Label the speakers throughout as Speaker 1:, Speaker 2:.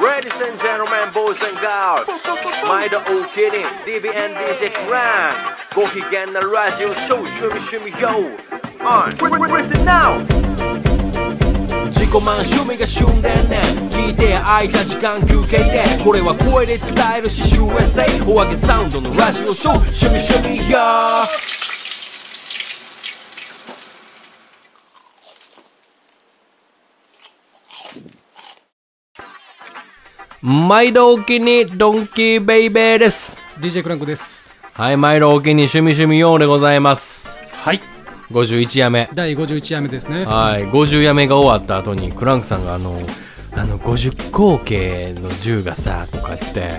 Speaker 1: Ladies and gentlemen, boys and girls 毎度お気に DBN DJ クランご機嫌なラジオショー趣味趣味 YO On Listen now
Speaker 2: 自己満趣味が旬でね聞いて空いた時間休憩でこれは声で伝えるし USA お揚げサウンドのラジオショー趣味趣味や毎度お気にドンキーベイベーです
Speaker 3: DJ クランクです
Speaker 2: はい毎度お気に趣味趣味ようでございます
Speaker 3: はい
Speaker 2: 51夜目
Speaker 3: 第51夜目ですね
Speaker 2: はい、50やめが終わった後にクランクさんがあのあの50口径の銃がさとかって、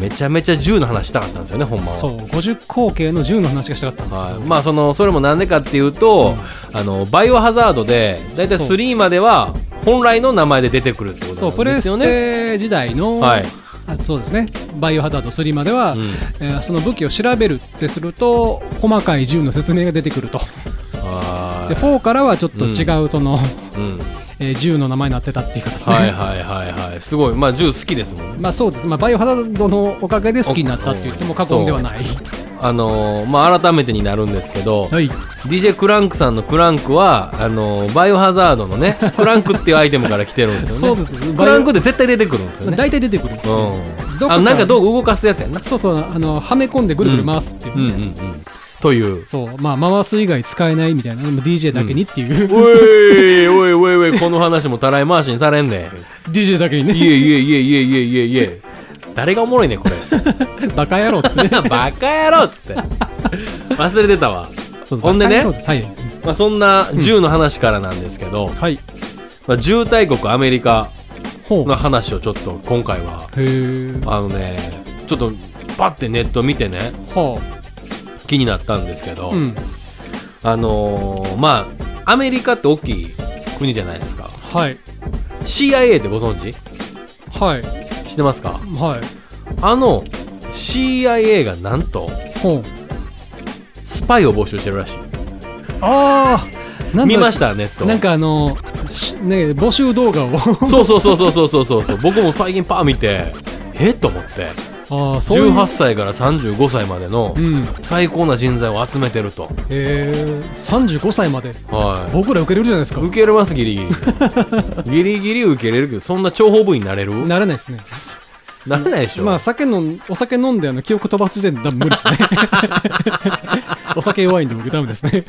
Speaker 2: めちゃめちゃ銃の話したかったんですよねほんまは
Speaker 3: そう50口径の銃の話がしたかったんですけ
Speaker 2: はい、まあそのそれもなんでかっていうと、あのバイオハザードでだいたい
Speaker 3: そう
Speaker 2: 3までは本来の名前で出てくるってこ
Speaker 3: ど、
Speaker 2: と
Speaker 3: そうプ
Speaker 2: なん
Speaker 3: レ
Speaker 2: で
Speaker 3: イ
Speaker 2: すよ
Speaker 3: ス
Speaker 2: ね
Speaker 3: テ時代の、
Speaker 2: はい
Speaker 3: あそうですねバイオハザード3までは、えーその武器を調べるってすると細かい銃の説明が出てくると
Speaker 2: は
Speaker 3: で4からはちょっと違う、その、
Speaker 2: い、うん、
Speaker 3: えー銃の名前になってたっていう形ですね、
Speaker 2: はいはいはいはいすごいまあ銃好きですもんね
Speaker 3: まあそうです、まあ、バイオハザードのおかげで好きになったって言っても過言ではない
Speaker 2: あのーまあ改めてになるんですけど、
Speaker 3: はい
Speaker 2: DJ クランクさんのクランクはあのバイオハザードのねクランクっていうアイテムから来てるんですよね
Speaker 3: そうです
Speaker 2: クランクって絶対出てくるんですよね
Speaker 3: 大体出てくるんです
Speaker 2: う
Speaker 3: よど
Speaker 2: ん
Speaker 3: こか
Speaker 2: あなんか道具動かすやつやんな
Speaker 3: そうそうあのはめ込んでぐるぐる回すっていう、
Speaker 2: うんうんうんという
Speaker 3: そう、まあ、回す以外使えないみたいな、でも DJ だけにっていう、
Speaker 2: おいおいおいおいこの話もたらい回しにされんね
Speaker 3: DJ だけに
Speaker 2: い
Speaker 3: ね、
Speaker 2: えいえいえいえいえいえいえ誰がおもろいねんこれ。
Speaker 3: バカ野郎っつってね
Speaker 2: バカ野郎っつって忘れてたわ
Speaker 3: そう
Speaker 2: ほんでね
Speaker 3: バカ野郎すはい。
Speaker 2: まあ、そんな銃の話からなんですけど、
Speaker 3: はい。
Speaker 2: まあ、銃大国アメリカ
Speaker 3: ほう。
Speaker 2: の話をちょっと今回は
Speaker 3: へー
Speaker 2: あのね、ちょっとパってネット見てね、
Speaker 3: は
Speaker 2: 気になったんですけど、
Speaker 3: あ。うん。
Speaker 2: あのーまあ、アメリカって大きい国じゃないですか。
Speaker 3: はい。
Speaker 2: CIA ってご存知
Speaker 3: はい。
Speaker 2: 知ってますか
Speaker 3: はい。
Speaker 2: あの、CIA がなんと、
Speaker 3: ほう。
Speaker 2: スパイを募集してるらしい。
Speaker 3: ああ。。
Speaker 2: 見ましたたネット。
Speaker 3: なんかあの、しね、募集動画を。
Speaker 2: そうそうそうそうそうそうそうそう。僕も最近パー見て、えと思って。
Speaker 3: ああ、そういう。
Speaker 2: 18歳から35歳までの
Speaker 3: うん。
Speaker 2: 最高な人材を集めてると。
Speaker 3: ええ、35歳まで。
Speaker 2: はい。
Speaker 3: 僕ら受けれるじゃないですか。
Speaker 2: 受けれますギリギリギリギリ受けれるけどそんな諜報部員になれるな
Speaker 3: ならないですね。
Speaker 2: らないでしょ、
Speaker 3: まあ、酒飲ん、お酒飲んで、あの、記憶飛ばす時点で多分無理 ですね。お酒弱いんで僕ダメですね。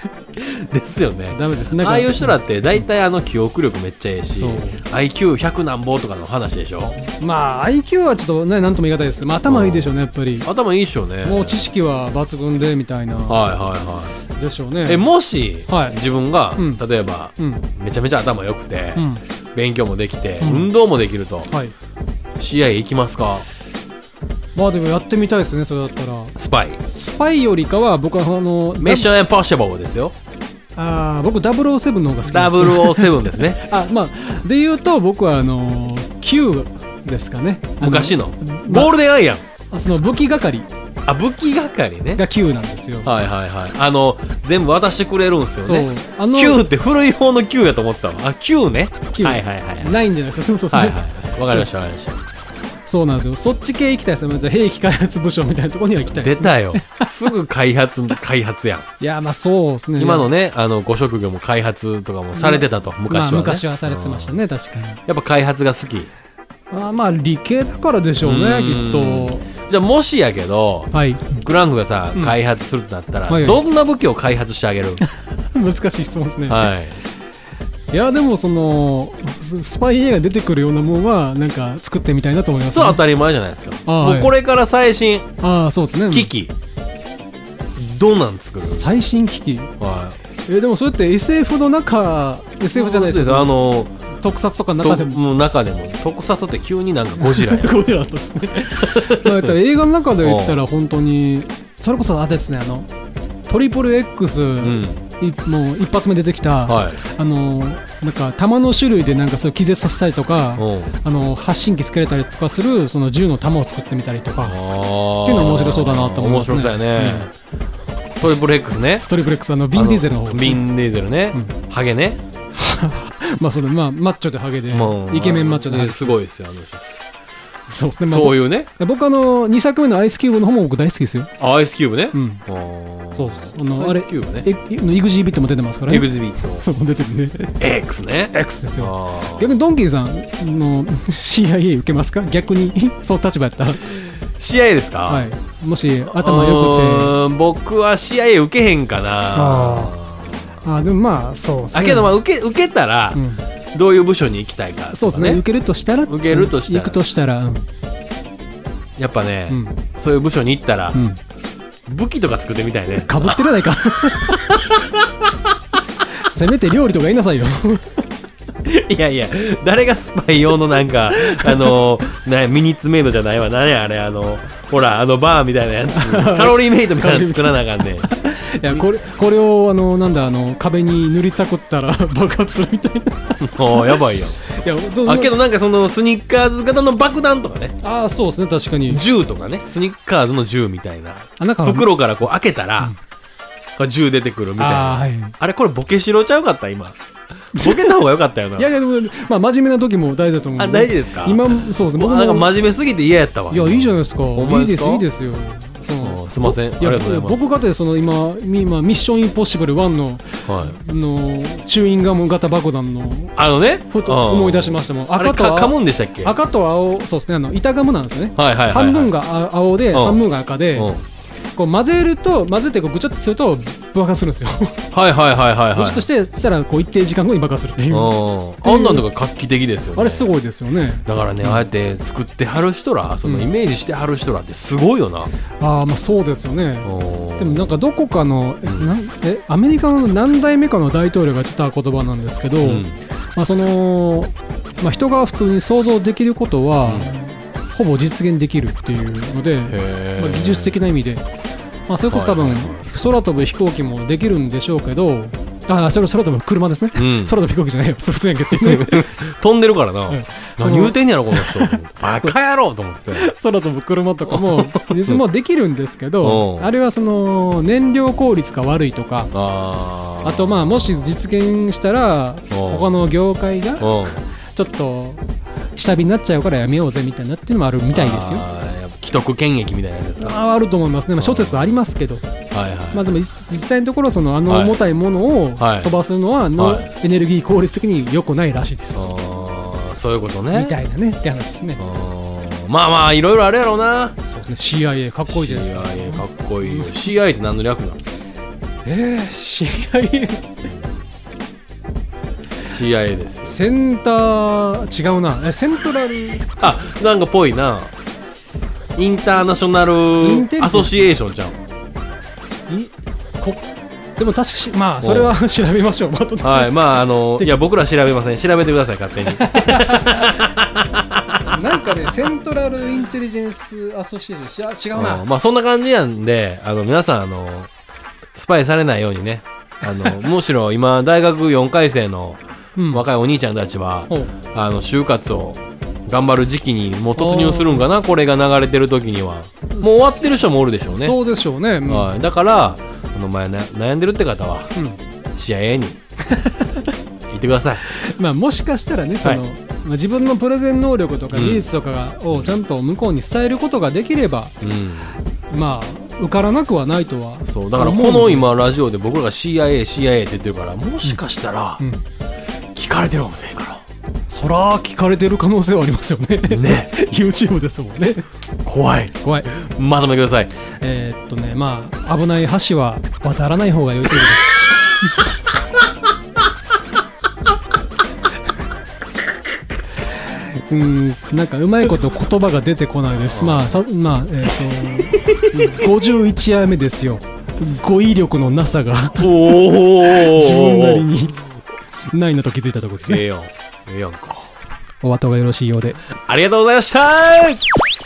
Speaker 2: ですよね
Speaker 3: ダメです。なん
Speaker 2: あ
Speaker 3: か
Speaker 2: あいう人らって大体あの記憶力めっちゃええし
Speaker 3: そう
Speaker 2: IQ100 なんぼとかの話でしょ
Speaker 3: まあ IQ はちょっとね何とも言い難いですけど、まあ、頭いいでしょうねやっぱり
Speaker 2: 頭いいっしょね
Speaker 3: もう知識は抜群でみたいな
Speaker 2: はいはい
Speaker 3: でしょう
Speaker 2: はい
Speaker 3: ね
Speaker 2: えもし、
Speaker 3: はい
Speaker 2: 自分が、
Speaker 3: うん
Speaker 2: 例えば、
Speaker 3: うん
Speaker 2: めちゃめちゃ頭良くて、
Speaker 3: うん
Speaker 2: 勉強もできて、
Speaker 3: ん
Speaker 2: 運動もできると
Speaker 3: はい
Speaker 2: 試合行きますか
Speaker 3: まあでもやってみたいですねそれだったら
Speaker 2: スパイ
Speaker 3: スパイよりかは僕はあの
Speaker 2: メッションエンポッシブルですよ
Speaker 3: あー僕007の方が好きなんですね
Speaker 2: 007ですね
Speaker 3: あまあで言うと僕はあの Q ですかねあ の
Speaker 2: 昔の
Speaker 3: まあ
Speaker 2: ゴールデンアイアン
Speaker 3: あその武器係
Speaker 2: あ武器係ね
Speaker 3: が Q なんですよ
Speaker 2: はいはいはい。あの、全部渡してくれるんですよね。
Speaker 3: そうあの
Speaker 2: Q って古い方の Q やと思ったわ。あ、Q ね。
Speaker 3: Q
Speaker 2: はいはいはい。はい
Speaker 3: ないんじゃないですかそうそうそう、
Speaker 2: はいはい。わかりましたわかりました。
Speaker 3: そうなんですよそっち系行きたいですねまた兵器開発部署みたいなところには行きたいで
Speaker 2: 出
Speaker 3: す、ね、
Speaker 2: た よ。すぐ開発、開発やん。
Speaker 3: いやまあそうですね
Speaker 2: 今のね、あの、ご職業も開発とかもされてたと、昔は、ね
Speaker 3: まあ、昔はされてました
Speaker 2: うん
Speaker 3: ね、確かに
Speaker 2: やっぱ開発が好き。
Speaker 3: あーまあ理系だからでしょうね
Speaker 2: うん
Speaker 3: きっ
Speaker 2: じゃあ、もしやけど、
Speaker 3: とはい
Speaker 2: クランクがさ、
Speaker 3: ん
Speaker 2: 開発するとなったら、
Speaker 3: はいはい
Speaker 2: どんな武器を開発してあげ る
Speaker 3: 難しい質問ですね、
Speaker 2: はい。
Speaker 3: い、やでもそのススパイ映画に出てくるようなもんはなんか作ってみたいなと思います、
Speaker 2: そ
Speaker 3: ね、
Speaker 2: れは当たり前じゃないですか。
Speaker 3: あはい
Speaker 2: もうこれから最新
Speaker 3: ああそうですね
Speaker 2: 機器、どんなん作る
Speaker 3: 最新機器
Speaker 2: はい。
Speaker 3: えでもそれって SF の中 SF じゃないです
Speaker 2: あ
Speaker 3: か
Speaker 2: の
Speaker 3: 特撮とかの中
Speaker 2: 中
Speaker 3: で
Speaker 2: で
Speaker 3: も
Speaker 2: も中でも特撮って急になんかゴジラや
Speaker 3: ゴジラだったですねまあ言ったら映画の中で言ったら本当にそれこそあれですねあのトリプル X、
Speaker 2: うん
Speaker 3: いもう一発目出てきた、
Speaker 2: はい
Speaker 3: あのーなんか弾の種類でなんかそういう気絶させたりとか、
Speaker 2: うん
Speaker 3: あのー発信機つけれたりとかするその銃の弾を作ってみたりとか
Speaker 2: って
Speaker 3: いうのは面白そうだなと思いますね
Speaker 2: 面白そうやね、トリプル X ね
Speaker 3: トリプレックスあのビン・ディーゼルの方
Speaker 2: あビン・ディーゼルね、ハゲね、
Speaker 3: まあそのまあマッチョでハゲで、
Speaker 2: もう
Speaker 3: イケメンマッチョ
Speaker 2: ね
Speaker 3: です
Speaker 2: ごいですよあの人す
Speaker 3: そうでまあ
Speaker 2: そういうね
Speaker 3: 僕あの2作目のアイスキューブの方も僕大好きですよ
Speaker 2: あアイスキューブね、
Speaker 3: うん
Speaker 2: あ
Speaker 3: そうですあのあ
Speaker 2: ア
Speaker 3: れ
Speaker 2: イスキューブね
Speaker 3: ええのイグジービットも出てますから
Speaker 2: エ
Speaker 3: ね
Speaker 2: グズビート
Speaker 3: そう出てるね
Speaker 2: X ね
Speaker 3: X ですよ
Speaker 2: あー
Speaker 3: 逆にドンキーさんの CIA 受けますか逆に そう立場やったら、
Speaker 2: CIA ですか、
Speaker 3: はい、もし頭良くて
Speaker 2: うーん僕は CIA 受けへんかな
Speaker 3: ああーでもまあそうです
Speaker 2: あけどまあ受け受けたら
Speaker 3: うん
Speaker 2: どういう部署に行きたいかとか、
Speaker 3: そうですね受けるとしたら
Speaker 2: 受けるとしたら
Speaker 3: 行くとしたらうん
Speaker 2: やっぱね、
Speaker 3: うん
Speaker 2: そういう部署に行ったら、
Speaker 3: うん
Speaker 2: 武器とか作ってみたいね
Speaker 3: かぶってるやないかせめて料理とか言いなさいよ
Speaker 2: いやいや誰がスパイ用のなん かあのなミニッツメイドじゃないわ何やあれあのほらあのバーみたいなやつ カロリーメイドみたいなの作らなあかんねん
Speaker 3: いやこれこれをあのなんだあの壁に塗りたくった ら爆発するみたいな
Speaker 2: おーやばいよ
Speaker 3: いやどう
Speaker 2: あけどなんかそのスニッカーズ型の爆弾とかね
Speaker 3: ああそうですね確かに
Speaker 2: 銃とかねスニッカーズの銃みたいな
Speaker 3: あなんか
Speaker 2: 袋からこう開けたら、こう銃出てくるみたいな
Speaker 3: あ
Speaker 2: あ,、
Speaker 3: あはいい
Speaker 2: れこれボケしろちゃうかった今ボケた方がよかったよな
Speaker 3: やいやでもまあ真面目な時も大事だと思うん
Speaker 2: あ大事ですか
Speaker 3: 今そうですね
Speaker 2: もう
Speaker 3: 僕
Speaker 2: なんか
Speaker 3: も
Speaker 2: 真面目すぎて嫌やったわ
Speaker 3: いやいいじゃないですか
Speaker 2: ほんま
Speaker 3: いい
Speaker 2: で
Speaker 3: ですす
Speaker 2: か
Speaker 3: いいですよそ
Speaker 2: あーすいませんありがとうございます
Speaker 3: 僕かてその今み今ミッションインポッシブル1の
Speaker 2: はい
Speaker 3: のチューインガム型爆弾の
Speaker 2: あのね
Speaker 3: ふと思い出しましたたもん
Speaker 2: あれ
Speaker 3: 赤と
Speaker 2: かカモ
Speaker 3: 青
Speaker 2: ンでしたっけ
Speaker 3: 赤と青そうですねあの板ガムなんですね
Speaker 2: はいはいはいはい
Speaker 3: 半分があ青で
Speaker 2: ん
Speaker 3: 半分が赤で
Speaker 2: うん
Speaker 3: こう混ぜると混ぜてこうぐちゃっとすると爆発するんですよ
Speaker 2: はいはいはいはいはい
Speaker 3: ぐちゃっとしてそしたらこう一定時間後に爆発するっていううん
Speaker 2: あんなんとか画期的ですよね
Speaker 3: あれすごいですよね
Speaker 2: だからねああやって作ってはる人らその
Speaker 3: うん
Speaker 2: イメージしてはる人らってすごいよな、
Speaker 3: ああまあそうですよね
Speaker 2: うん
Speaker 3: でもなんかどこかのえなんえアメリカの何代目かの大統領が言ってた言葉なんですけど、
Speaker 2: ん
Speaker 3: まあそのまあ、人が普通に想像できることは、ほぼ実現できるっていうので、
Speaker 2: へー
Speaker 3: まあ技術的な意味で、まあ、それこそ多分、
Speaker 2: はいはいは
Speaker 3: 空飛ぶ飛行機もできるんでしょうけどあそれ空飛ぶ車ですね、
Speaker 2: うん
Speaker 3: 空飛ぶ飛行機じゃないよそれ普通やんけっていうね
Speaker 2: 飛んでるからな、
Speaker 3: うんそ
Speaker 2: 何
Speaker 3: の
Speaker 2: 言うてんねやろこの人バカ野郎と思って
Speaker 3: 空飛ぶ車と かも実もできるんですけど
Speaker 2: うん
Speaker 3: あれはその燃料効率が悪いとか
Speaker 2: あー
Speaker 3: あとまあもし実現したら他の業界が
Speaker 2: うん
Speaker 3: ちょっと下火になっちゃうからやめようぜみたいなっていうのもあるみたいですよ。
Speaker 2: あーやっぱ既得権益みたいなやつですか
Speaker 3: ああると思いますね、まあ、諸説ありますけど、
Speaker 2: はいはい、
Speaker 3: まあ、でも実実際のところそのあの
Speaker 2: はい
Speaker 3: 重たいものを
Speaker 2: はい
Speaker 3: 飛ばすのはの
Speaker 2: はい
Speaker 3: エネルギー効率的に良くないらしいです、
Speaker 2: あーそういうことね
Speaker 3: みたいなねって話ですね
Speaker 2: あーまあまあいろいろあるやろうな
Speaker 3: そうですね CIA かっこいいじゃないですか
Speaker 2: CIA かっこいいよ CI って何の略なの
Speaker 3: えー、CIA
Speaker 2: CIA ですよ
Speaker 3: センター違うなえセントラル
Speaker 2: あなんかぽいなインターナショナ
Speaker 3: インテリ
Speaker 2: ル
Speaker 3: ジェンス
Speaker 2: アソシエーションじゃん
Speaker 3: いこでも確かまあそれは調べましょう後で
Speaker 2: はいまああの
Speaker 3: て
Speaker 2: いや僕ら調べません調べてください勝手 に
Speaker 3: なんかね、 セントラルインテリジェンスアソシエーション、しあ違う
Speaker 2: あ
Speaker 3: な
Speaker 2: の。まあそんな感じなんであの皆さんあのスパイされないようにねあの むしろ今大学4回生の
Speaker 3: うん
Speaker 2: 若いお兄ちゃんたちは、
Speaker 3: ほう
Speaker 2: あの就活を頑張る時期にもう突入するんかなこれが流れてる時にはもう終わってる人もおるでしょうね
Speaker 3: そうでしょうね。うん
Speaker 2: はい、だからこの前な悩んでるって方は
Speaker 3: うん
Speaker 2: CIA に 行ってください
Speaker 3: まあ、もしかしたらね、その、
Speaker 2: はい
Speaker 3: まあ、自分のプレゼン能力とか技術とかがをちゃんと向こうに伝えることができれば、
Speaker 2: うん
Speaker 3: まあ、受からなくはないとは。
Speaker 2: そうだから
Speaker 3: 思う
Speaker 2: こ
Speaker 3: んで
Speaker 2: の、今ラジオで僕らが CIA、CIA って言ってるからもしかしたら
Speaker 3: うん、
Speaker 2: 聞かれてるかもしれんか
Speaker 3: そら聞かれてる可能性はありますよね。
Speaker 2: ら ね
Speaker 3: YouTube ですもんね。
Speaker 2: 怖い
Speaker 3: 怖い。
Speaker 2: まとめてください
Speaker 3: えーっとね、まあ、危ない橋は渡らない方が良いということです。うーんなんかうまいこと言葉が出てこないです。まあ、さまあ、えーっと、51夜目ですよ。語彙力のなさが
Speaker 2: おお
Speaker 3: 自分なりにないなと気づいたところです
Speaker 2: ええ
Speaker 3: ね。
Speaker 2: やんええやんか
Speaker 3: お後がよろしいようで。
Speaker 2: ありがとうございました